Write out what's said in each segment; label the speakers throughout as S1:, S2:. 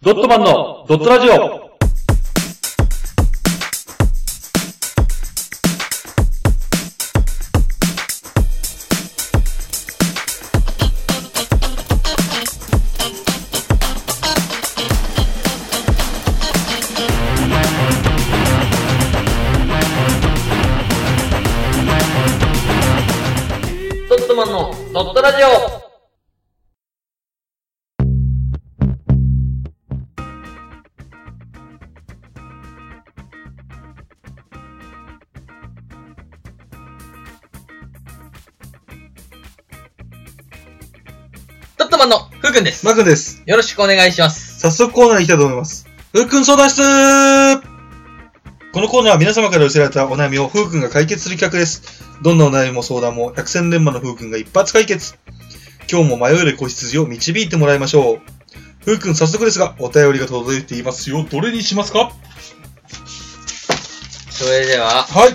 S1: ドットマンのドットラジオ
S2: ドットマンのドットラジオドットマンのふうくんです。
S3: マー君です。
S2: よろしくお願いします。
S3: 早速コーナーに行きたいと思います。ふうくん相談室このコーナーは皆様から寄せられたお悩みをふうくんが解決する企画です。どんなお悩みも相談も百戦錬磨のふうくんが一発解決。今日も迷える子羊を導いてもらいましょう。ふうくん早速ですが、お便りが届いていますよ。どれにしますか
S2: それでは、
S3: はい。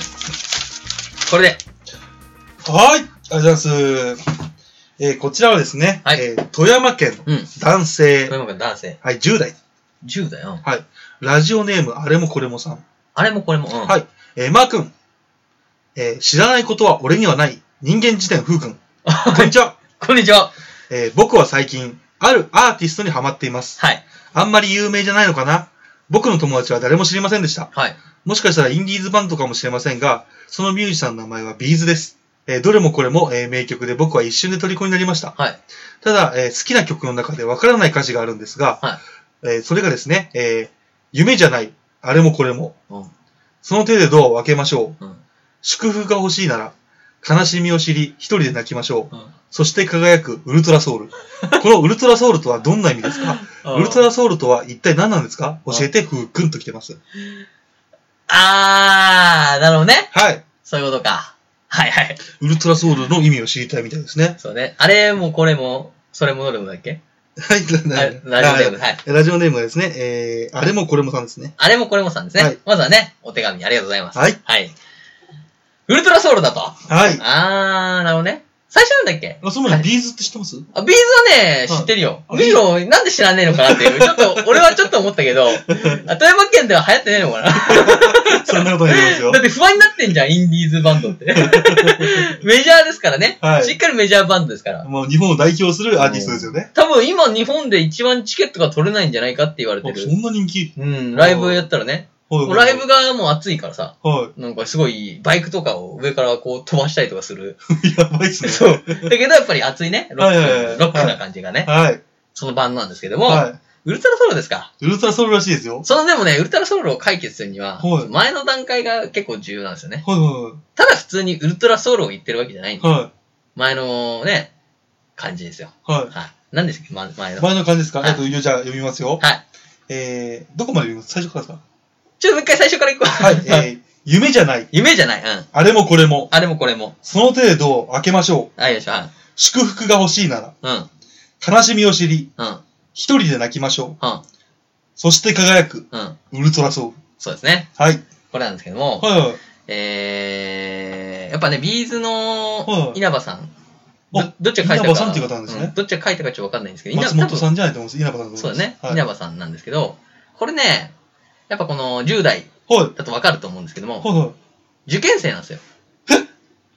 S2: これで。
S3: はい。ありがとうございます。えーこちらはですね、
S2: はい
S3: えー富山県
S2: うん。
S3: 男性
S2: これ、も男性。
S3: はい、10代。
S2: 10だよ。
S3: ラジオネーム、あれもこれもさん。
S2: あれもこれも。うん。
S3: はいえー、マー君、えー知らないことは俺にはない、人間辞典風君。こんにちは、
S2: こんにちは。
S3: えー僕は最近、あるアーティストにハマっています。
S2: はい。
S3: あんまり有名じゃないのかな僕の友達は誰も知りませんでした。
S2: はい。
S3: もしかしたらインディーズバンドかもしれませんが、そのミュージシャンの名前はビーズです。えーどれもこれも、えー名曲で僕は一瞬で虜になりました。
S2: はい。
S3: ただ、えー好きな曲の中でわからない歌詞があるんですが、
S2: は
S3: えーそれがですね、えー夢じゃない、あれもこれも、
S2: うん。
S3: その手でドアを開けましょう。
S2: うん。
S3: 祝福が欲しいなら、悲しみを知り、一人で泣きましょう。
S2: うん。
S3: そして輝くウルトラソウル。このウルトラソウルとはどんな意味ですかウルトラソウルとは一体何なんですか教えて、ふうくんと来てます。
S2: あー、なるほどね。
S3: はい。
S2: そういうことか。はいはい。
S3: ウルトラソウルの意味を知りたいみたいですね。
S2: そうね。あれもこれも、それもどれもだっけ
S3: はい。
S2: あ
S3: ラ
S2: ラジオネーム。はい。
S3: ラジオネームはですね、えー、あれもこれもさんですね。
S2: あれもこれもさんですね。
S3: はい
S2: まずはね、お手紙ありがとうございます。
S3: はい。
S2: はい。ウルトラソウルだと。
S3: はい。
S2: あー、なるほどね。最初なんだっけ
S3: あ、そもそもビーズって知ってます
S2: あビーズはね、
S3: はい
S2: 知ってるよ。
S3: あ
S2: むしろ、なんで知らねえのかなっていう。ちょっ と、俺はちょっと思ったけど、あ富山県では流行ってないのかな
S3: そんなことないです よ
S2: だっ。て不安になってんじゃん、インディーズバン ドって。メジャーですからね、
S3: はい
S2: しっかりメジャーバンドですから。
S3: もう日本を代表するアーティストですよね。
S2: 多分今日本で一番チケットが取れないんじゃないかって言われ
S3: あそ
S2: てる。
S3: んな人気。
S2: うん、ライブやったらね。
S3: はい
S2: もうライブがもう熱いからさ、
S3: は
S2: なんかすごいバイクとかを上からこう飛ばしたりとかする。
S3: い。 やばいっすね。
S2: そう。だけどやっぱり熱いね、ロ
S3: はいはいは
S2: ッ
S3: い
S2: ク、ロックな感じがね、
S3: はい。
S2: そのバンドなんですけども、
S3: はい。
S2: ウルトラソウルですか。
S3: ウルトラソウルらしいですよ。
S2: そのでもね、ウルトラソウルを解決するには
S3: はい、
S2: 前の段階が結構重要なんですよね。
S3: はいは
S2: ただ普通にウルトラソウルを言ってるわけじゃないんで
S3: いはい。
S2: 前のね、感じですよ。
S3: はい。
S2: はい。何ですかま前の。はい。
S3: 前の感じですか、
S2: はい
S3: えっと、じゃあ読みますよ。えー、どこまで読みます最初からですか
S2: ちょっともう一回最初から行こう。
S3: はい。 えー、夢じゃない。
S2: 夢じゃない。うん。
S3: あれもこれも。
S2: あれもこれも。
S3: その手でドアを開けましょう。
S2: あ、よいしょ。はい
S3: 祝福が欲しいなら、
S2: うん。うん。
S3: 悲しみを知り、
S2: うん。
S3: 一人で泣きましょう。
S2: うん。
S3: そして輝く、
S2: うん。
S3: ウルトラソウル。
S2: そうですね。
S3: はい。
S2: これなんですけども、
S3: はいはい。
S2: えー、やっぱね、ビーズ
S3: は
S2: の
S3: い
S2: 稲葉さん。ど
S3: あ
S2: どっちが書いたか。
S3: 稲葉さんっていう方なんですね
S2: うどっちが書いたかちょっとわかんないんですけど、稲葉
S3: 松本
S2: ん。
S3: さんじゃないと思います。稲葉さんだと思います。
S2: そうだね。
S3: はい。
S2: 稲
S3: は
S2: 葉さんなんですけど、これね、やっぱこの10代
S3: い。はい
S2: だとわかると思うんですけども、
S3: はい。
S2: 受験生なんですよ。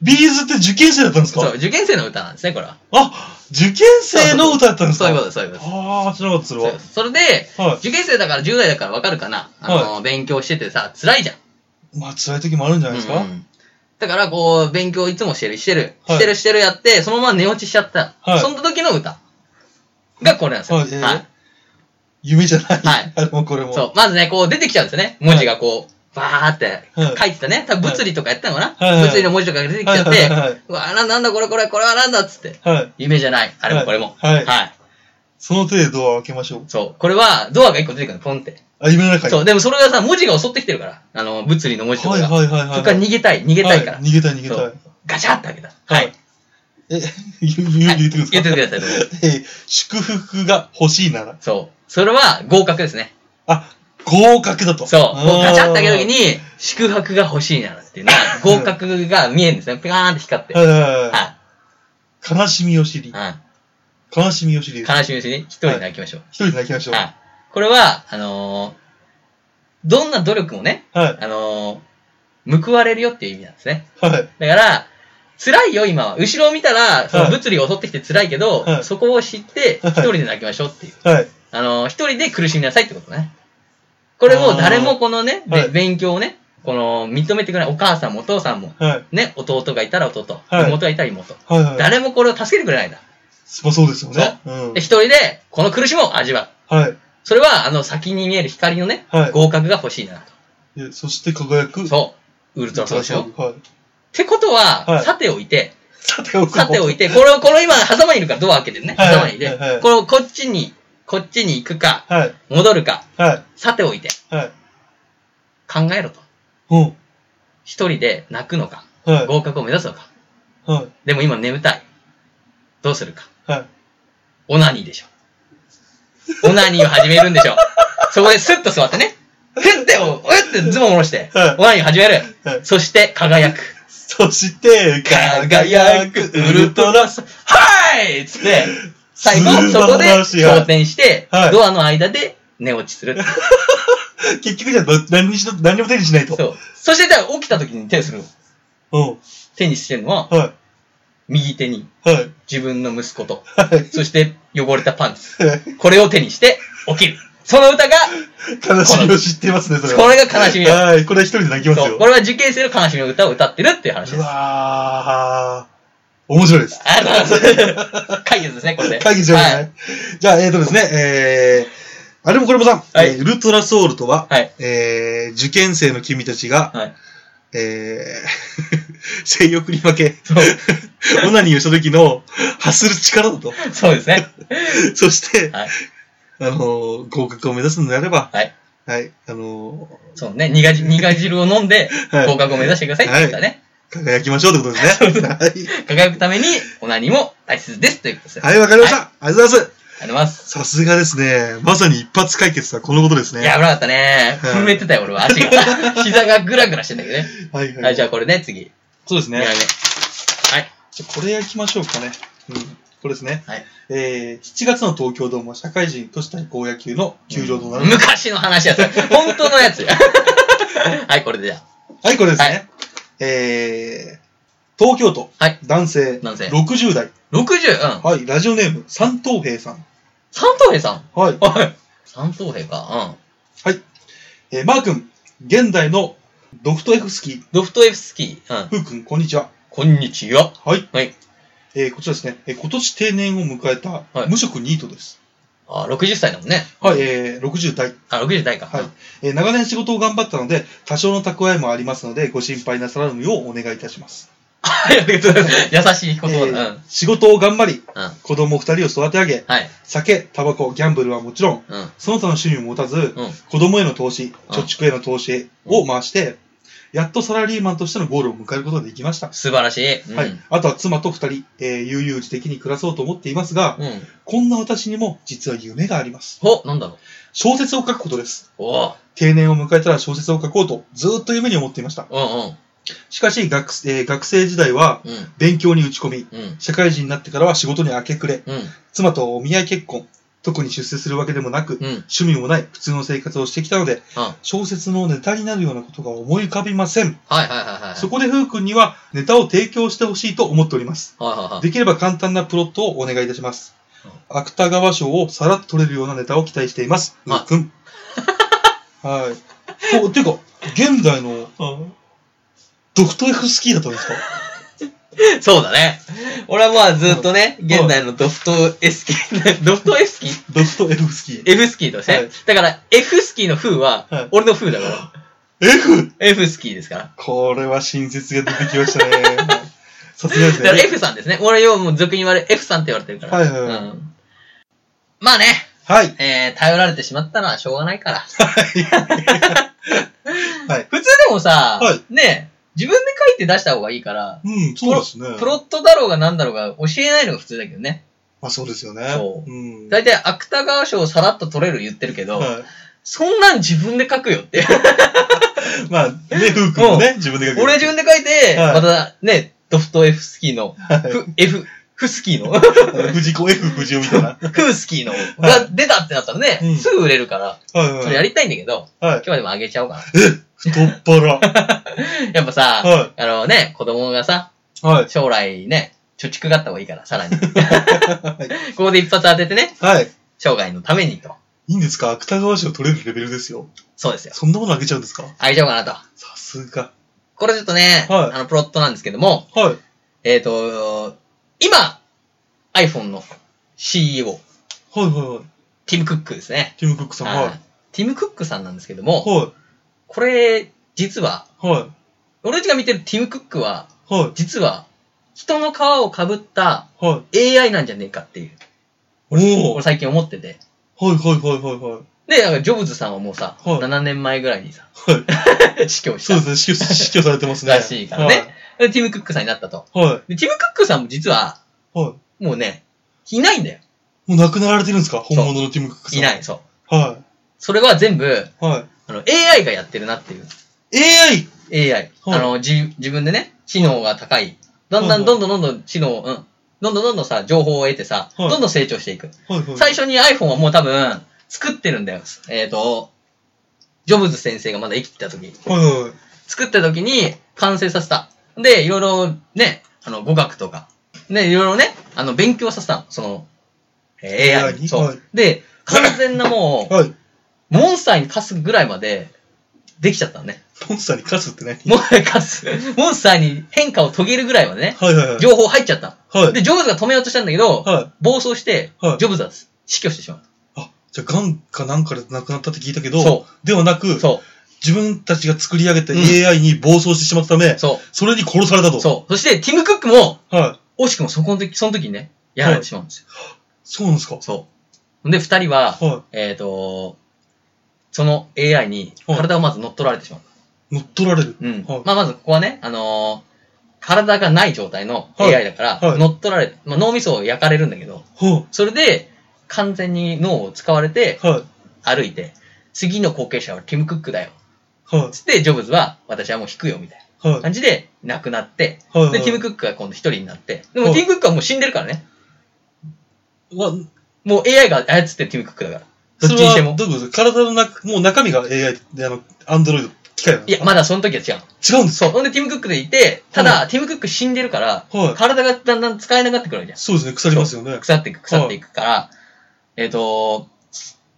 S3: ビーズって受験生だったんです
S2: そう、
S3: か
S2: 受験生の歌なんですね、これは。
S3: あ、受験生の歌だったんですか
S2: そういうことです、そういうことです。
S3: ああ、知らなかった、それは。
S2: そうそれで、
S3: は
S2: 受験生だから10代だからわかるかな。あの、勉強しててさ、辛いじゃん。
S3: い。まあ、辛い時もあるんじゃないですか、
S2: うんうんだから、こう、勉強いつもしてる、してる、
S3: はい
S2: してる、してるやって、そのまま寝落ちしちゃった。
S3: はい
S2: その時の歌がこれなんですよ。
S3: はいえー夢じゃない。
S2: はい
S3: あれもこれも。
S2: そう。まずね、こう出てきちゃうんですよね。文字がこう、バーって
S3: はい
S2: 書いてたね。多分物理とかやったのかな、
S3: はいはいはい
S2: 物理の文字とかが出てきち
S3: はい
S2: ゃっ
S3: はい
S2: て、
S3: はいう
S2: わ、なんだなんだこれこれ、これはなんだっつって。
S3: はい。
S2: 夢じゃない。あれもこれも。
S3: はいはい
S2: はい。
S3: その手でドアを開けましょう。
S2: そう。これは、ドアが一個出てくるの、ポンって。
S3: あ、夢の中に。
S2: そう、でもそれがさ、文字が襲ってきてるから。あの、物理の文字とか
S3: はい
S2: が。
S3: はいはいはい。
S2: そっから逃げたい、逃げたいから。
S3: は逃げたい逃げ
S2: そ。
S3: たいう
S2: ガチャって開けた。はい。。
S3: え、言う言う言ってくるんですか
S2: 言ってくださいどうぞ。
S3: えー祝福が欲しいなら。
S2: そう。それは合格ですね。
S3: あ、合格だと。
S2: そう。
S3: あー
S2: こうガチャって開けた時。に、宿泊が欲しいならっていうのは、合格が見えるんですね。ピカーンって光って。
S3: は
S2: はい。
S3: はいはいい。悲しみを知り。
S2: はい。
S3: 悲しみを知り。一
S2: 悲しみですね。一人で泣きましょう。
S3: 人で泣きましょう。
S2: はい。これは、あのーどんな努力もね、
S3: はい。
S2: あのー報われるよっていう意味なんですね。
S3: はい。
S2: だから、辛いよ、今は。後ろを見たら、そ
S3: は
S2: の
S3: い
S2: 物理が襲ってきて辛いけど、
S3: はい
S2: そこを知って、
S3: はい
S2: 一人で泣きましょうっていう。
S3: はい。
S2: あのー一人で苦しみなさいってことね。これもう誰もこのね、
S3: あー
S2: べ
S3: はい
S2: 勉強をね、この、認めてくれない。お母さんもお父さんも、
S3: はい。
S2: ね、弟がいたら弟、
S3: はい
S2: 妹がいたら妹。
S3: はい。はい。
S2: 誰もこれを助けてくれないんだ。
S3: まあそうですよね。うん
S2: で、一。人で、この苦しみを味わう。
S3: はい。
S2: それは、あの、先に見える光のね、
S3: はい
S2: 合格が欲しいな
S3: でそして輝く。
S2: と。そう。ウルトラソウルでしょ。っ
S3: はい。
S2: てことは、
S3: はい
S2: さておいて、
S3: さておく。
S2: さておいて、これを、この今、狭間にいるから、ドア開けてね、
S3: はい
S2: 狭間にいて
S3: はいはい、
S2: これをこっちに、こっちに行くか、
S3: はい。
S2: 戻るか、
S3: はい。
S2: さておいて、
S3: はい。
S2: 考えろと。
S3: うん。
S2: 一人で泣くのか、
S3: はい。
S2: 合格を目指すのか。
S3: はい。
S2: でも今眠たい。どうするか。
S3: はい。
S2: オナニーでしょ。オナニーを始めるんでしょ。そこでスッと座ってね。ふって、うってズボン下ろして、
S3: はい
S2: オナニーを始める。
S3: はい。
S2: そして、輝く。
S3: そして、輝くウルトラソ
S2: はいっつって、最後、
S3: 素
S2: そ
S3: 晴
S2: こで
S3: らしいはい
S2: 昇天して
S3: は、い
S2: ドアの間で寝落ちする。
S3: 結局じゃあど何にしろ、何にも手にしないと。
S2: そう。そして、だから起きた時に手をするの。
S3: うん。
S2: 手にしてるのは、
S3: は
S2: 右手に
S3: い。はい。
S2: 自分の息子と、
S3: はい。
S2: そして汚れたパンツ。これを手にして起きる。その歌が、
S3: 悲しみを知ってますね、それは。
S2: これが悲しみよ
S3: はい。これは一人で泣きます
S2: そう
S3: よ。
S2: これは受験生の悲しみの歌を歌ってるっていう話です。
S3: うわー。面白いです。
S2: ありがとうございます。解決ですね、これで。
S3: 会議じゃない、
S2: はい。
S3: じゃあ、えっ、ー、とですね、えー、あれもこれもさん、
S2: はい
S3: えーウルトラソウルとは、
S2: はい。
S3: えー、受験生の君たちが、
S2: はい
S3: えー、 性欲に負け、
S2: そう
S3: オナニーをした時の発する力だと。
S2: そうですね。
S3: そして、
S2: はい
S3: あのー合格を目指すのであれば、
S2: はい。
S3: はい、あの
S2: そうね、苦汁苦汁を飲んで、
S3: ーは
S2: 合
S3: い、
S2: 格を目指してくださいって言ったね。
S3: 輝きましょうってことですね。はい
S2: 輝くために、オナニーも大切ですということです。あり
S3: はい、わ、かりました、ありがとうございます。
S2: がとうございます。
S3: さすがですね。まさに一発解決はこのことです
S2: い
S3: ね。
S2: や、危なかったね。
S3: はい
S2: 震えてたよ、俺は。足 が。膝がグラグラしてんだけどね。
S3: はいはい。
S2: はい、じゃあこれね、次。
S3: そうですね
S2: 二。枚目
S3: じゃあこれ焼きましょうかね。うん。これですね。
S2: はい
S3: えー、7月の東京ドームは社会人都市対抗野球の球場となる。
S2: 昔の話やつ。本当のやつや。 はい、これでじゃ
S3: はい、これですね。
S2: は
S3: えー、東京都。
S2: はい
S3: 男性。
S2: 男性
S3: 60代。
S2: あ。60、うん。
S3: はい。ラジオネーム、三等兵さん。
S2: 三等兵さん。
S3: はい。
S2: はい。三等兵か。うん。
S3: えー、マー君、現代のドフトエフスキー。
S2: ドフトエフスキー。うん。
S3: ふう君、こんにちは。
S2: こんにちは。
S3: はい。
S2: はい。
S3: えー、こちらですね。えー今年定年を迎えた
S2: はい
S3: 無職ニートです。
S2: あ、60歳だもんね。
S3: はい。えー、60代。
S2: あ、60代か。
S3: はいえー長年仕事を頑張ったので、多少の蓄えもありますので、ご心配なさらぬようお願いいたします。
S2: はい、ありがとうござい ます。優しい言葉
S3: え
S2: だ。
S3: ー仕事を頑張り、
S2: うん。うん。
S3: 子供2人を育て上げ、
S2: はい。
S3: 酒、タバコ、ギャンブルはもちろん、
S2: うん。
S3: その他の収入を持たず、
S2: うん。
S3: 子供への投資、
S2: うん
S3: 貯蓄への投資を回して、やっとサラリーマンとしてのゴールを迎えることができました。
S2: 素晴らしい。うん。
S3: はい。あとは妻と2人、えー悠々自適に暮らそうと思っていますが、
S2: うん。
S3: こんな私にも実は夢があります。
S2: お、なんだろう。
S3: 小説を書くことです。
S2: おう
S3: 定年を迎えたら小説を書こうと、ずーっと夢に思っていました。
S2: うんうん。
S3: しかし学,、えー学生時代は
S2: うん。
S3: 勉強に打ち込み、
S2: うん。
S3: 社会人になってからは仕事に明け暮れ、
S2: うん。
S3: 妻とお見合い結婚、特に出世するわけでもなく、
S2: うん。
S3: 趣味もない普通の生活をしてきたので、
S2: あ
S3: 小説のネタになるようなことが思い浮かびません。
S2: はいはいはいはい。
S3: そこでふうくんにはネタを提供してほしいと思っております。
S2: はいはいはい。
S3: できれば簡単なプロットをお願いいたします。芥川賞をさらっと取れるようなネタを期待しています。ふ
S2: あ
S3: うくん。はい。お、てか、現代のドクト F スキーだったんですか
S2: そうだね。俺はまあずっとね、現代のドフトエスキー、 ドフトエスキー
S3: ドストエフスキー。
S2: ?F スキーとして、
S3: はい
S2: だから F スキーの風
S3: は、
S2: はい俺の風だか
S3: F!
S2: ら。F スキーですから。
S3: これは親切が出てき ましたね。さすがで
S2: だ
S3: す
S2: から
S3: ね。
S2: F さんですね。俺よ、もう俗に言われる F さんって言われてるから。
S3: はいはいはい
S2: うんまあね、
S3: はい。
S2: えー、頼られてしまったのはしょうがない から。
S3: は い。
S2: 普通でもさ、
S3: は
S2: ね、自分で書いて出した方がいいから、
S3: うん、そうですね。
S2: プロットだろうが何だろうが教えないのが普通だけどね。
S3: まあそうですよね。
S2: そう
S3: うん。
S2: 大体、芥川賞をさらっと取れる言ってるけど、
S3: は
S2: そんなん自分で書くよって。
S3: い。まあ、ね、ふうくんもね、自分で書く。
S2: 俺自分で書いて、
S3: はい
S2: またね、ドフト F スキーの、
S3: はい
S2: ふ F、フスキーの、
S3: 藤子 F 不二雄みたいな。
S2: フースキーの
S3: は
S2: が出たってなったらね、
S3: うん
S2: すぐ売れるから、
S3: はいはい。
S2: それやりたいんだけど、
S3: はい。
S2: 今日はでもあげちゃおうかな。
S3: 太っ腹。
S2: やっぱさ、
S3: は
S2: あのね、子供がさ、
S3: い。はい。
S2: 将来ね、貯蓄があった方がいいから、さらに。こ
S3: はい
S2: こで一発当ててね、
S3: はい。
S2: 生涯のためにと。
S3: いいんですか芥川賞取れるレベルですよ。
S2: そうですよ。
S3: そんなものあげちゃうんですか
S2: あげちゃおうかなと。
S3: さすが。
S2: これちょっとね、
S3: はい
S2: あの、プロットなんですけども、
S3: はい。
S2: えっ、と、今、iPhone の CEO、
S3: はいはいはい。
S2: ティム・クックですね。
S3: ティム・クックさん。はい。
S2: あティム・クックさんなんですけども、
S3: は
S2: これ、実は、
S3: い。は
S2: 俺たちが見てるティム・クックは、
S3: い。はい。
S2: 実は、人の皮をかぶった
S3: はい。
S2: AI なんじゃねえかっていう、
S3: おお
S2: 俺最近思ってて。
S3: はいはいはいはいはい。
S2: で、なんかジョブズさんはもうさ、
S3: はい
S2: 7年前ぐらいにさ、
S3: は い。
S2: 死去し
S3: そう
S2: た
S3: ですね。死去、死去されてますね。
S2: らしいからね。でティム・クックさんになったと。
S3: はい。はい。
S2: で、ティム・クックさんも実は、
S3: はい。
S2: もうね、いないんだよ。
S3: もう亡くなられてるんですか本物のティム・クックさん。。
S2: いないい、そう。
S3: は
S2: それは全部、
S3: い。は
S2: あの、AI がやってるなっていう。
S3: い。
S2: AI。
S3: AI! はい
S2: あの、じ、自分でね、知能が高い。だんだ
S3: はい
S2: んどんどんどんどん知能を、うん。どんどんどんどんさ、情報を得てさ、
S3: はい
S2: どんどん成長していく。
S3: はいはい。
S2: 最初に iPhone はもう多分、作ってるんだよ。えっ、と、ジョブズ先生がまだ生きてた時。
S3: はいはい。
S2: 作った時に完成させた。で、いろいろね、あの、語学とか。ね、いろいろね、あの、勉強させたの。その、えー AI に。
S3: に
S2: そう。
S3: はい
S2: で、完全なも う、
S3: はい。
S2: モンスターに貸すぐらいまで、できちゃったのね。
S3: モンスターに勝つって何
S2: モンスターに貸す。モンスターに変化を遂げるぐらいまでね、
S3: はいはいはい。
S2: 情報入っちゃった。
S3: はい。
S2: で、ジョブズが止めようとしたんだけど、
S3: はい。
S2: 暴走して
S3: はい、
S2: ジョブズは死去してしまう。
S3: あ、じゃあ、癌かなんかで亡くなったって聞いたけど、
S2: そ
S3: ではなく、
S2: そ
S3: 自分たちが作り上げた
S2: うん
S3: AI に暴走してしまったため、
S2: う、そ
S3: それに殺されたと。
S2: う、そう。そして、ティム・クックも、
S3: はい。
S2: 惜しくもそこの時、その時にね、やられてしまうんですよ。
S3: そうなんですか。
S2: そう。で、二人は、
S3: は
S2: えっ、と、その AI に体をまず乗っ取られてしまう。
S3: い。乗っ取られる。
S2: うん。
S3: はい
S2: まあ、まずここはね、あのー体がない状態の
S3: はい
S2: AI だから、
S3: はい
S2: 乗っ取られ、まあ、脳みそを焼かれるんだけど、
S3: は
S2: それで、完全に脳を使われて
S3: い。、はい。
S2: 歩いて、次の後継者はティム・クックだよ。
S3: はい。
S2: つって、ジョブズは、私はもう引くよ、みたいな
S3: はい。
S2: 感じで、亡くなって、
S3: はい。
S2: で、ティム・
S3: ク
S2: クックが今度一人になって、で
S3: は
S2: も
S3: い
S2: ティム・クックはもう死んでるからね。
S3: は、
S2: もう AI が操ってるティム・クックだから。どっちにしても
S3: それはどういうことですか体の中、もう中身が AI で、あの、アンドロイド、機械なん
S2: い
S3: で
S2: や、
S3: すか
S2: まだその時は違う。
S3: 違うんです
S2: そう。ほんで、ティム・クックでいて、た
S3: は
S2: だ、ティム・クック死んでるから、
S3: はい
S2: 体がだんだん使えなくなってくるわけじ
S3: そうですね、腐りますよね
S2: ゃん。。腐っていく、腐っていくから、えっ、と、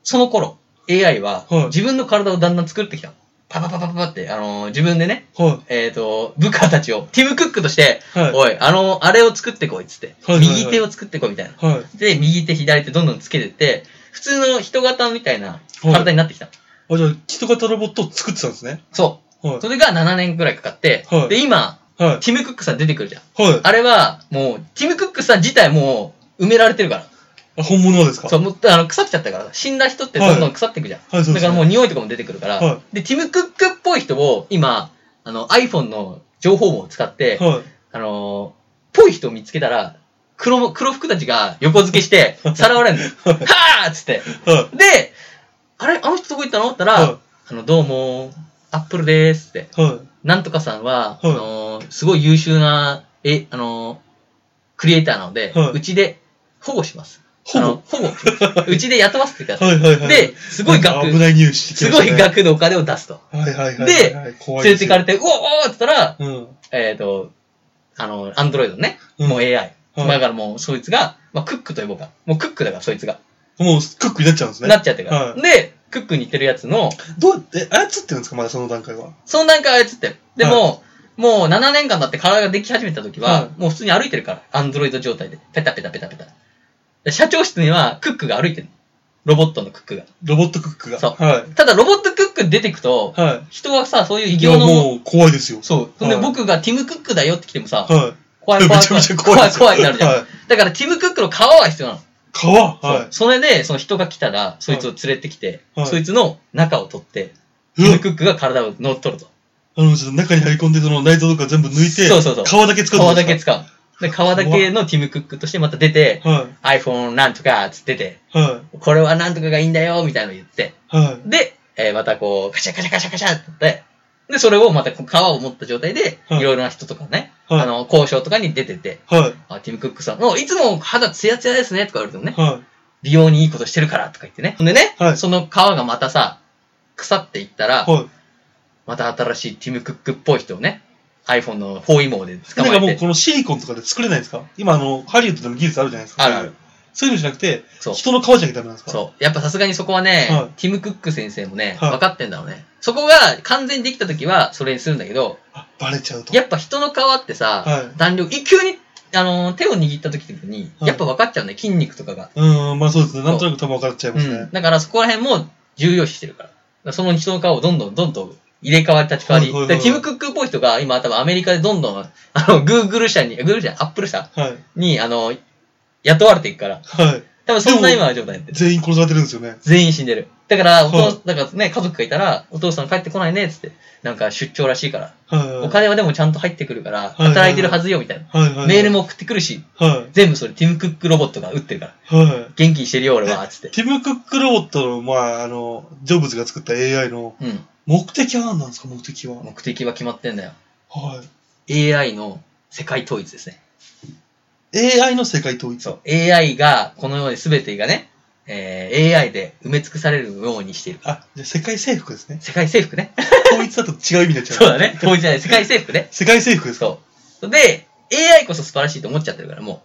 S2: その頃、AI は
S3: はい、
S2: 自分の体をだんだん作ってきたの。パパパパパパって、あのー自分でね、
S3: は
S2: えっ、と、部下たちを、ティム・クックとして、
S3: い。はい。
S2: おい、あのーあれを作ってこい、っつって、
S3: はいはいはい
S2: 右手を作ってこい、みたいな。
S3: はい。
S2: で、右手、左手どんどんつけてって、普通の人型みたいな体になってきたの。
S3: あ、じゃあ、人型ロボットを作ってたんですね。
S2: そ
S3: は
S2: う。それが7年くらいかかって、
S3: はい
S2: で、今、
S3: い。はい。
S2: ティム・クックさん出てくるじゃん。
S3: はい。
S2: あれは、もう、ティム・クックさん自体もう、埋められてるか。。
S3: あ、本物ですから
S2: そう、もう、あの、腐っちゃったから、死んだ人ってどんどん腐っていくじゃん。
S3: はい、そうで
S2: だ
S3: す
S2: か
S3: ね。
S2: らもう匂いとかも出てくるから、
S3: は
S2: で、ティム・クックっぽい人を、今、あの、iPhone の情報網を使って、
S3: はい。
S2: あのーぽい人を見つけたら、黒も、黒服たちが横付け して、さらわれるのよ。
S3: はい。
S2: はぁーっつって。
S3: は
S2: で、あれ、あの人どこ行ったのって言ったら、
S3: は
S2: あの、どうも、アップルでーすって。
S3: い。はい。
S2: なんとかさんは、
S3: はい
S2: あのーすごい優秀な、え、あのークリエイターなので、
S3: はいう
S2: ちで保護します。
S3: ほ
S2: あ
S3: ぼ。
S2: の保護し ますうちで雇わせてください。
S3: はいはいはい。
S2: で、、すごい額、
S3: 危ない匂いしてき
S2: す
S3: まし
S2: ご
S3: た、ね。
S2: い。額のお金を出すと。
S3: はいはいはい。
S2: で
S3: はい、
S2: 連
S3: 怖い
S2: れ
S3: で
S2: て
S3: す
S2: か
S3: よ
S2: れて、うおーおーって言ったら、
S3: うん。
S2: えっ、と、あの、アンドロイドのね、
S3: うん
S2: もう AI。
S3: はい
S2: だからもう、そいつが、まあ、クックと呼ぼうか。もうクックだから、そいつが。
S3: もう、クックになっちゃうんですね。
S2: なっちゃってるから。
S3: は
S2: で、クックに似てるやつの、
S3: どうやって、操ってるんですかまだその段階は。
S2: その段階はやつってる。でも、もう7年間だって体ができ始めた時は、
S3: は
S2: もう普通に歩いてるから。アンドロイド状態で。ペタペタペタペタ。で社長室にはクックが歩いてる。ロボットのクックが。
S3: ロボットクックが。
S2: そう
S3: は
S2: ただロボットクック出てくと、
S3: い。は
S2: 人はさ、そういう
S3: い。
S2: 異形
S3: いや
S2: の、
S3: もう、怖いですよ。
S2: そう。ほんで
S3: はい
S2: 僕がティムクックだよって来てもさ、
S3: は
S2: 怖い
S3: い。
S2: 怖
S3: め
S2: い
S3: ちゃ
S2: 怖
S3: め
S2: い
S3: ちゃ
S2: 怖
S3: 怖い
S2: い
S3: ですよ。
S2: 怖いになるじゃん。
S3: はい。
S2: だからティムクックの顔は必要なの。
S3: 皮は
S2: そうそれで、その人が来たら、そいつを連れてきて、
S3: はい
S2: そいつの中を取って、テ
S3: い。
S2: ィ
S3: う
S2: ム
S3: わ
S2: クックが体を乗っ取ると。
S3: あの、ちょっと中に張り込んで、その内臓とか全部抜いて、
S2: そうそうそう
S3: 皮だけ使う
S2: 皮
S3: んで
S2: だ
S3: すか
S2: け使う。で、皮だけのティム・クックとしてまた出て、
S3: は
S2: iPhone なんとかっつってて、
S3: い。は
S2: これはなんとかがいいんだよ、みたいなの言って。
S3: い。はい。
S2: で、えーまたこう、カシャカシャカシャカシャってやって、で、それをまたこう皮を持った状態で、
S3: はい
S2: いろいろな人とかね、
S3: はい
S2: あの、交渉とかに出てて、
S3: はい。
S2: あ、ティム・クックさん、もういつも肌ツヤツヤですね、とか言われてもね、
S3: は
S2: 美容にいいことしてるから、とか言ってね。ほんでね、
S3: はい
S2: その皮がまたさ、腐っていったら、
S3: い。は
S2: また新しいティム・クックっぽい人をね、iPhone の包囲網で
S3: い。
S2: 捕
S3: なん
S2: ま
S3: かもう
S2: えて、
S3: このシリコンとかで作れないですか今あの、ハリウッドでも技術あるじゃないですか。
S2: あるある。
S3: そういうのじゃなくて、
S2: そう。
S3: 人の皮じゃなきゃダメなんですか
S2: そう。やっぱさすがにそこはね、
S3: はい
S2: ティム・クック先生もね、
S3: はい
S2: 分かってんだろうね。そこが完全にできた時はそれにするんだけど、
S3: あバレちゃうと。
S2: やっぱ人の皮ってさ、
S3: はい
S2: 弾力、一級に、あのー手を握った時に、
S3: はい
S2: やっぱ分かっちゃうね、筋肉とかが。
S3: うーん、まあそうですね。なんとなく多分分かっちゃいます
S2: う
S3: ね
S2: ん。。だからそこら辺も重要視してるから。だからその人の顔をどんどんどんどん入れ替わり立ち替わり。
S3: はいはいは
S2: で
S3: い
S2: ティム・クックっぽい人が今多分アメリカでどんどん、あの、Google 社に、Google 社、Apple 社
S3: はい。
S2: に、あの、雇われていくから。
S3: はい。
S2: 多分そんな今の状態になってる。
S3: 全員殺されてるんですよね。
S2: 全員死んでる。だから、お
S3: は
S2: 父
S3: い
S2: だからね、家族がいたら、お父さん帰ってこないね、つって。なんか出張らしいから。
S3: はい。
S2: お金はでもちゃんと入ってくるから、
S3: はい
S2: 働いてるはずよ、みたいな。
S3: はいはい。
S2: メール。も送ってくるし、
S3: は
S2: 全部それティム・クックロボットが打ってるから。
S3: い。は
S2: 元気にしてるよ、俺は、つっ
S3: い。
S2: て。
S3: ティム・クックロボットの、まあ、あの、ジョブズが作った AI の
S2: うん。
S3: 目的は何なんですか、目的は。
S2: 目的は決まってんだよ。
S3: は
S2: AI の世界統一ですね。
S3: い。AI の世界統一。
S2: そう。AI が、この世で全てがね、えー、AI で埋め尽くされるようにしている。
S3: あ、じゃあ世界征服ですね。
S2: 世界征服ね。
S3: 統一だと違う意味になっちゃう。
S2: そうだね。統一じゃない、世界征服ね。
S3: 世界征服ですか
S2: そう。で、AI こそ素晴らしいと思っちゃってるから、も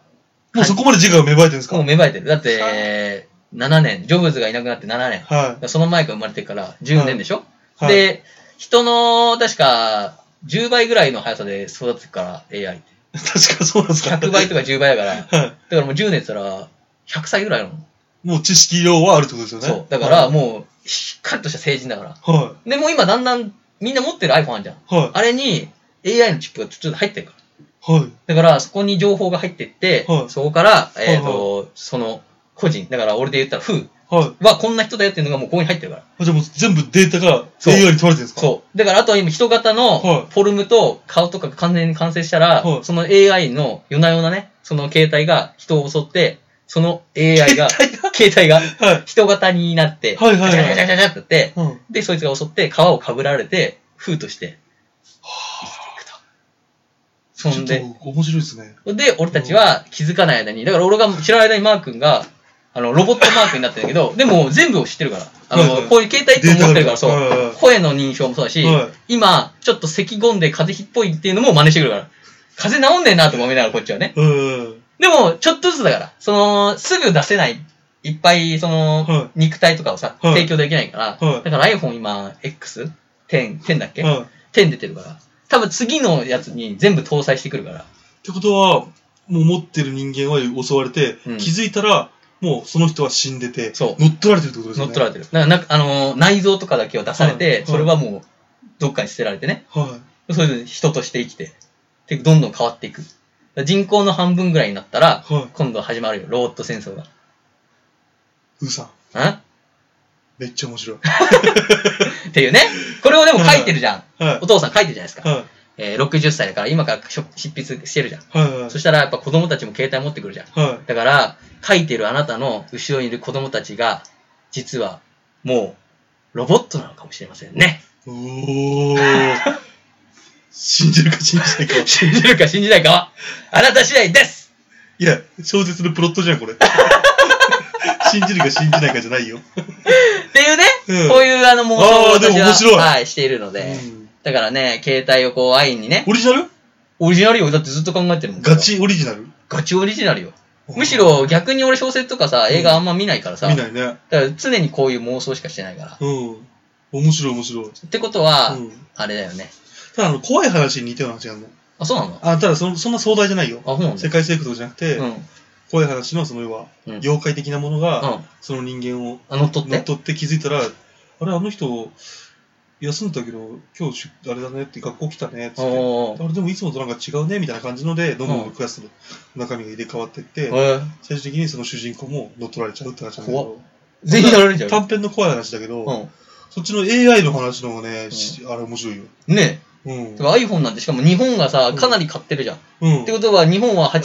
S2: う。
S3: もうそこまで自我が芽生えてるんですか
S2: もう
S3: はい。
S2: 芽生えてる。だって、7年、ジョブズがいなくなって7年。その前が生まれてから10年でしょ、
S3: はい
S2: で、人の、確か、10倍ぐらいの速さで育ってくから、AI って。
S3: 確かそうなんですか
S2: 100倍とか10倍だから。だ
S3: は
S2: からもう10年って言ったら、100歳ぐらいなの。
S3: い。もう知識量はあるってことですよね。
S2: そう。だから、もう、しっかりとした成人だから。
S3: は
S2: で、もう今だんだん、みんな持ってる iPhone あるじゃん。
S3: い。は
S2: あれに、AI のチップがちょっと入ってるから。
S3: い。はい。
S2: だから、そこに情報が入ってって、
S3: はい
S2: そこから、えっ、
S3: はい
S2: と、その、個人。だから、俺で言ったら、フー
S3: は
S2: はこんな人だよっていうのがもうここに入ってるから。
S3: い。じゃあもう全部データが
S2: そう
S3: AI に取られてるんですか
S2: そう。だから、あとは今、人型
S3: はい
S2: のフォルムと顔とかが完全に完成したら、
S3: はい
S2: その AI の夜な夜なね、その携帯が人を襲って、その AI が、
S3: 携帯が
S2: 携帯が
S3: はい。
S2: 人型になって、
S3: はいはいは
S2: ガ
S3: い
S2: チャガチャガチャガチャってやって、
S3: うん。
S2: で、そいつが襲って、皮をかぶられて、風として、生きていくと。
S3: ちょっと面白いですね。
S2: そんで、で、俺たちは気づかない間に、だから俺が知らない間にマー君が、あの、ロボットマークになってるけど、でも全部を知ってるから。あ
S3: はいは
S2: の、
S3: い
S2: こういう携帯って持ってるから、そ
S3: データがあるはいは
S2: う
S3: い。
S2: 声の認証もそうだし、
S3: は
S2: 今、ちょっと咳込んで風邪ひっぽいっていうのも真似してくるから。風邪治んねえなとか思いながらこっちはね。
S3: い。うん。
S2: でも、ちょっとずつだから、その、すぐ出せない、いっぱい、そ
S3: は
S2: の、肉体とかをさ、
S3: はい
S2: 提供できないから、
S3: はい
S2: だから iPhone 今、X?10、10だっけ、
S3: はい。っ
S2: ?10 出てるから。多分次のやつに全部搭載してくるから。
S3: てことは、もう持ってる人間は襲われて、
S2: うん
S3: 気づいたら、もうその人は死んでて、
S2: そう
S3: 乗っ取られてるってことですよ
S2: 乗っ
S3: ね。
S2: 取られてる。だからなんか、あのー内臓とかだけを出されて、
S3: はいはい
S2: それはもう、どっかに捨てられてね。
S3: はい。
S2: それで人として生きて、でどんどん変わっていく。だから人口の半分ぐらいになったら、
S3: はい
S2: 今度始まるよ、ロボット戦争が。
S3: うーさん、
S2: ん
S3: めっちゃ 面白い。
S2: っていうね。これをでも書いてるじゃん。
S3: はい
S2: お。父さん書いてるじゃないですか。
S3: は
S2: えー60歳だから今から執筆してるじゃん。
S3: い。はい。はい
S2: そしたらやっぱ子供たちも携帯持ってくるじゃん。
S3: はい。
S2: だから、書いてるあなたの後ろにいる子供たちが、実はもうロボットなのかもしれませんね。
S3: おー。信じるか信じないか。
S2: 信じるか信じないかは、あなた次第です
S3: いや、小説のプロットじゃん、 これ。信じるか信じないかじゃないよ。
S2: っていうね、
S3: うん
S2: こういうあの妄想を
S3: あーで
S2: 私
S3: も
S2: は
S3: 面白い
S2: はい、しているので、
S3: うん
S2: だからね、携帯をこう安易にね、
S3: オリジナル
S2: オリジナルよ、だってずっと考えてるもん。
S3: ガチオリジナル
S2: ガチオリジナルよ。
S3: うん
S2: むしろ逆に俺小説とかさ、映画あんま見ないからさ、
S3: 見ないね。
S2: だから常にこういう妄想しかしてないから。
S3: うん。面白い面白い。
S2: ってことは、
S3: うん
S2: あれだよね。
S3: ただ、あの、怖い話に似たような話があるの。
S2: あ、そうなのあ、
S3: あ、ただその、そんな壮大じゃないよ。
S2: そうなの
S3: 世界征服とかじゃなくて、
S2: うん。
S3: 怖い話の、その要は、
S2: うん
S3: 妖怪的なもの
S2: う
S3: が、
S2: ん。
S3: その人間を
S2: あ、乗っ取っ。
S3: 乗って取って気づいたら、あれ、あの人、休んだけど、今日し、あれだねって、学校来たねってって。
S2: おー。
S3: あれでもいつもとなんか違うねみたいな感じので、どんどんクラスの中身が入れ替わっていって、
S2: えー
S3: 最終的にその主人公も乗っ取られちゃうって話なんだけ
S2: 怖
S3: ど、
S2: 全員やられちゃう。
S3: 短編の怖い話だけど、
S2: う
S3: そっちの AI の話の方がね、しあれ面白いよ。
S2: ん。ね
S3: うん
S2: え。。iPhone なんてしかも日本がさ、かなり買ってるじゃん。
S3: うん
S2: ってことは日本は80%、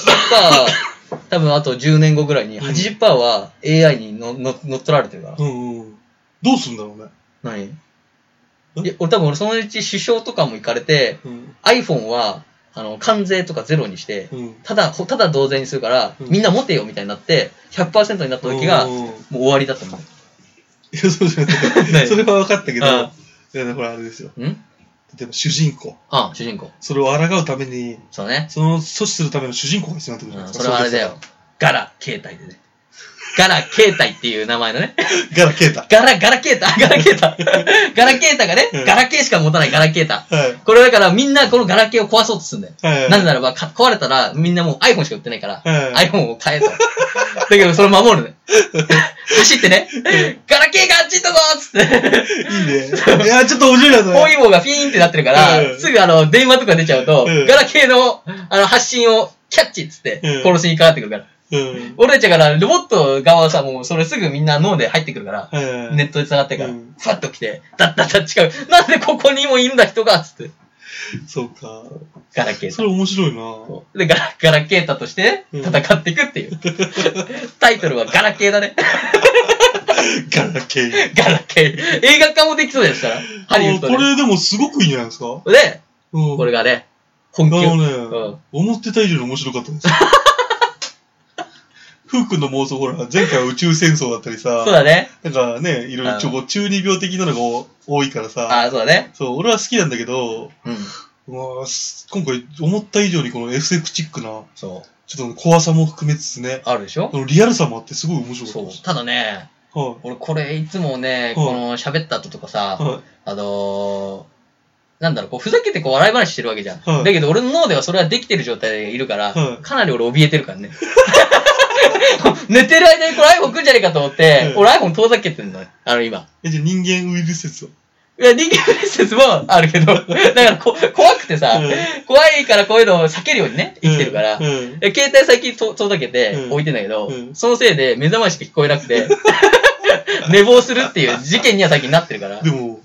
S2: 多分あと10年後ぐらいに
S3: うん
S2: 80%は AI にのの乗っ取られてるから。
S3: うんうん。どうすんだろうね。
S2: 何
S3: うん
S2: いや俺多分俺そのうち首相とかも行かれて、
S3: うん。
S2: iPhone は、あの、関税とかゼロにして、
S3: うん。
S2: ただ、ほただ同税にするから、
S3: うん
S2: みんな持てよみたいになって、100%になった時が、
S3: うん
S2: も
S3: いう
S2: 終わりだと思う。
S3: や、そうじゃな
S2: 何
S3: い。それは分かったけど、
S2: あ
S3: いや、ほら、あれですよ。
S2: ん
S3: 例えば、主人公。
S2: あ主人公。
S3: それを抗うために、
S2: そうね。
S3: その阻止するための主人公が必要になってく
S2: う
S3: る
S2: ん、
S3: じ
S2: そ
S3: ゃ
S2: れは
S3: な
S2: あ
S3: いで
S2: れ
S3: すか。
S2: だよ。ガラ、携帯でね。ガラ、携帯っていう名前のね。
S3: そうです。ガラケータ。
S2: ガラ、ガラ携 帯、ガラ携帯。 ガラ携帯がね
S3: うん、
S2: ガラケーしか持たないガラ携帯。
S3: はい。
S2: これだからみんなこのガラケーを壊そうとするんだよ。
S3: はい。
S2: なぜならば、か壊れたらみんなもう iPhone しか売ってないから、
S3: はい。
S2: iPhone を買えと。だけどそれを守る ね。走ってね、ガラケーがあっち行ったぞーっつって。
S3: いい ね。いや、ちょっと面白いな、そ
S2: 包
S3: れ。
S2: 囲網がピーンってなってるから、
S3: うん
S2: すぐあの、電話とか出ちゃうと、
S3: うん
S2: ガラケーの、あの、発信をキャッチっつって
S3: うん、
S2: 殺しにかかってくるから。
S3: うん。
S2: 俺たちから、ロボット側はさ、もうそれすぐみんな脳で入ってくるから、
S3: はい
S2: ネットで繋がってから、
S3: う
S2: フ
S3: ん
S2: ァッと来て、だったった違う。なんでここにもいるんだ人がつって。
S3: そうか。
S2: ガラケー
S3: そ
S2: タ
S3: れ面白いな。
S2: で、ガラ、ガラケータとして
S3: うん
S2: 戦っていく っていう。タイトルはガラケーだね。
S3: ガラケー。
S2: ガラケー。映画化もできそうでしたら、ハリウッド
S3: あこれでもすごくいいんじゃないですか
S2: で。で、
S3: うん。
S2: これがね、本気
S3: な
S2: を
S3: るほどね、
S2: うん
S3: 思ってた以上に面白かっ たです。ふうくんの妄想、ほら、前回は宇宙戦争だったりさ、
S2: そうだね。
S3: なんかね、いろいろちょこ、中二病的なのがお多いからさ、
S2: ああ、そうだね。
S3: そう、俺は好きなんだけど、
S2: うん。
S3: うわーす今回思った以上にこの SF チックな、
S2: そう。
S3: ちょっと怖さも含めつつね、
S2: あるでしょ
S3: このリアルさもあってすごい面白か
S2: そ
S3: っ
S2: う
S3: たです。。
S2: ただね、
S3: は
S2: 俺これいつもね、
S3: うん
S2: この喋った後とかさ、
S3: い。はい。
S2: あのー、なんだろう、こうふざけてこう笑い話してるわけじゃん。
S3: はい
S2: だけど俺の脳ではそれはできてる状態でいるから、
S3: はい
S2: かなり俺怯えてるから ね。寝てる間にこれ iPhone 来るんじゃねえかと思って、
S3: は
S2: 俺 iPhone 遠ざけてんのよ、あの今。
S3: え、じゃあ人間ウイルス説を。
S2: いや、人間伝説もあるけど、だ からこ怖くてさ、
S3: うん
S2: 怖いからこういうのを避けるようにね、生きてるから
S3: うん。。うん
S2: え携帯最近と遠ざけて
S3: うん
S2: 置いてんだけど、
S3: うん
S2: そのせいで目覚ましか聞こえなく て、寝坊するっていう事件には最近なってるから
S3: で。も、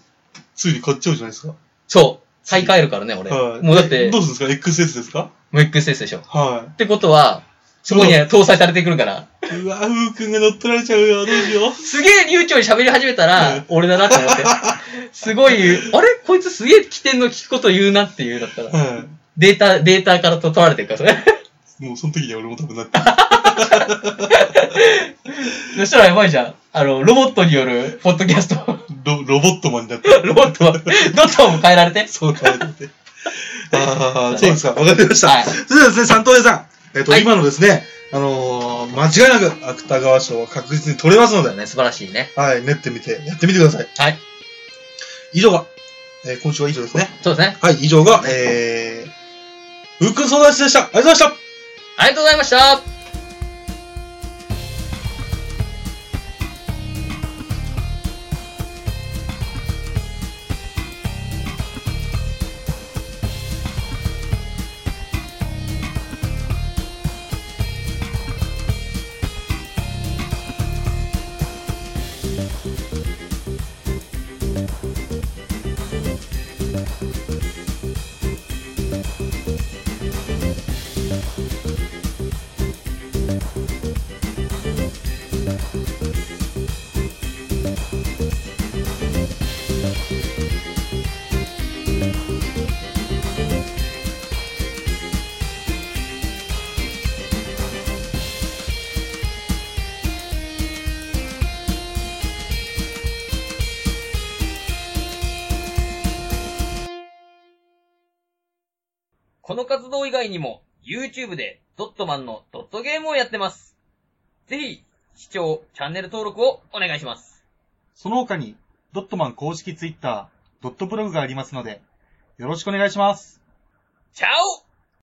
S3: ついに買っちゃうじゃないですか。
S2: そう。買い替えるからね、俺。
S3: はい。
S2: もうだって
S3: えど、うするんですか ?XS ですか
S2: もう XS でしょ。っ
S3: はい。
S2: てことは、そこには搭載されてくるから、
S3: うわ、ふうくんが乗っ取られちゃうよ、どうしよう。
S2: すげえ流暢に喋り始めた
S3: うん
S2: ら、俺だなって思 って。すごい、あれこいつすげえ起点の聞くこと言うなっていうだったら、
S3: は
S2: データ、データからと取られてるから、そ れ。
S3: い。もうその時には俺も多分なってる。
S2: そしたらやばいじゃん。あの、ロボットによる、ポッドキャスト。
S3: ロロボットマンになってる。
S2: ロボットは、どトも変えられて。
S3: そうか、あれああ、そうですか。わかりました。
S2: はい
S3: それではですね、三東屋さん。えっ、と、
S2: はい
S3: 今のですね、あのー間違いなく芥川賞は確実に取れますの
S2: そうだ
S3: で、
S2: ね、素晴らしいね。
S3: はい、練ってみて、やってみてください。
S2: はい。
S3: 以上が、えー今週は以上ですね。
S2: そうですね。
S3: はい、以上が、えー、ふうくん相談室でした。ありがとうございました。
S2: ありがとうございました。この活動以外にも、YouTube でドットマンのドットゲームをやってます。ぜひ、視聴、チャンネル登録をお願いします。
S4: その他に、ドットマン公式ツイッター、ドットブログがありますので、よろしくお願いします。
S2: チャオ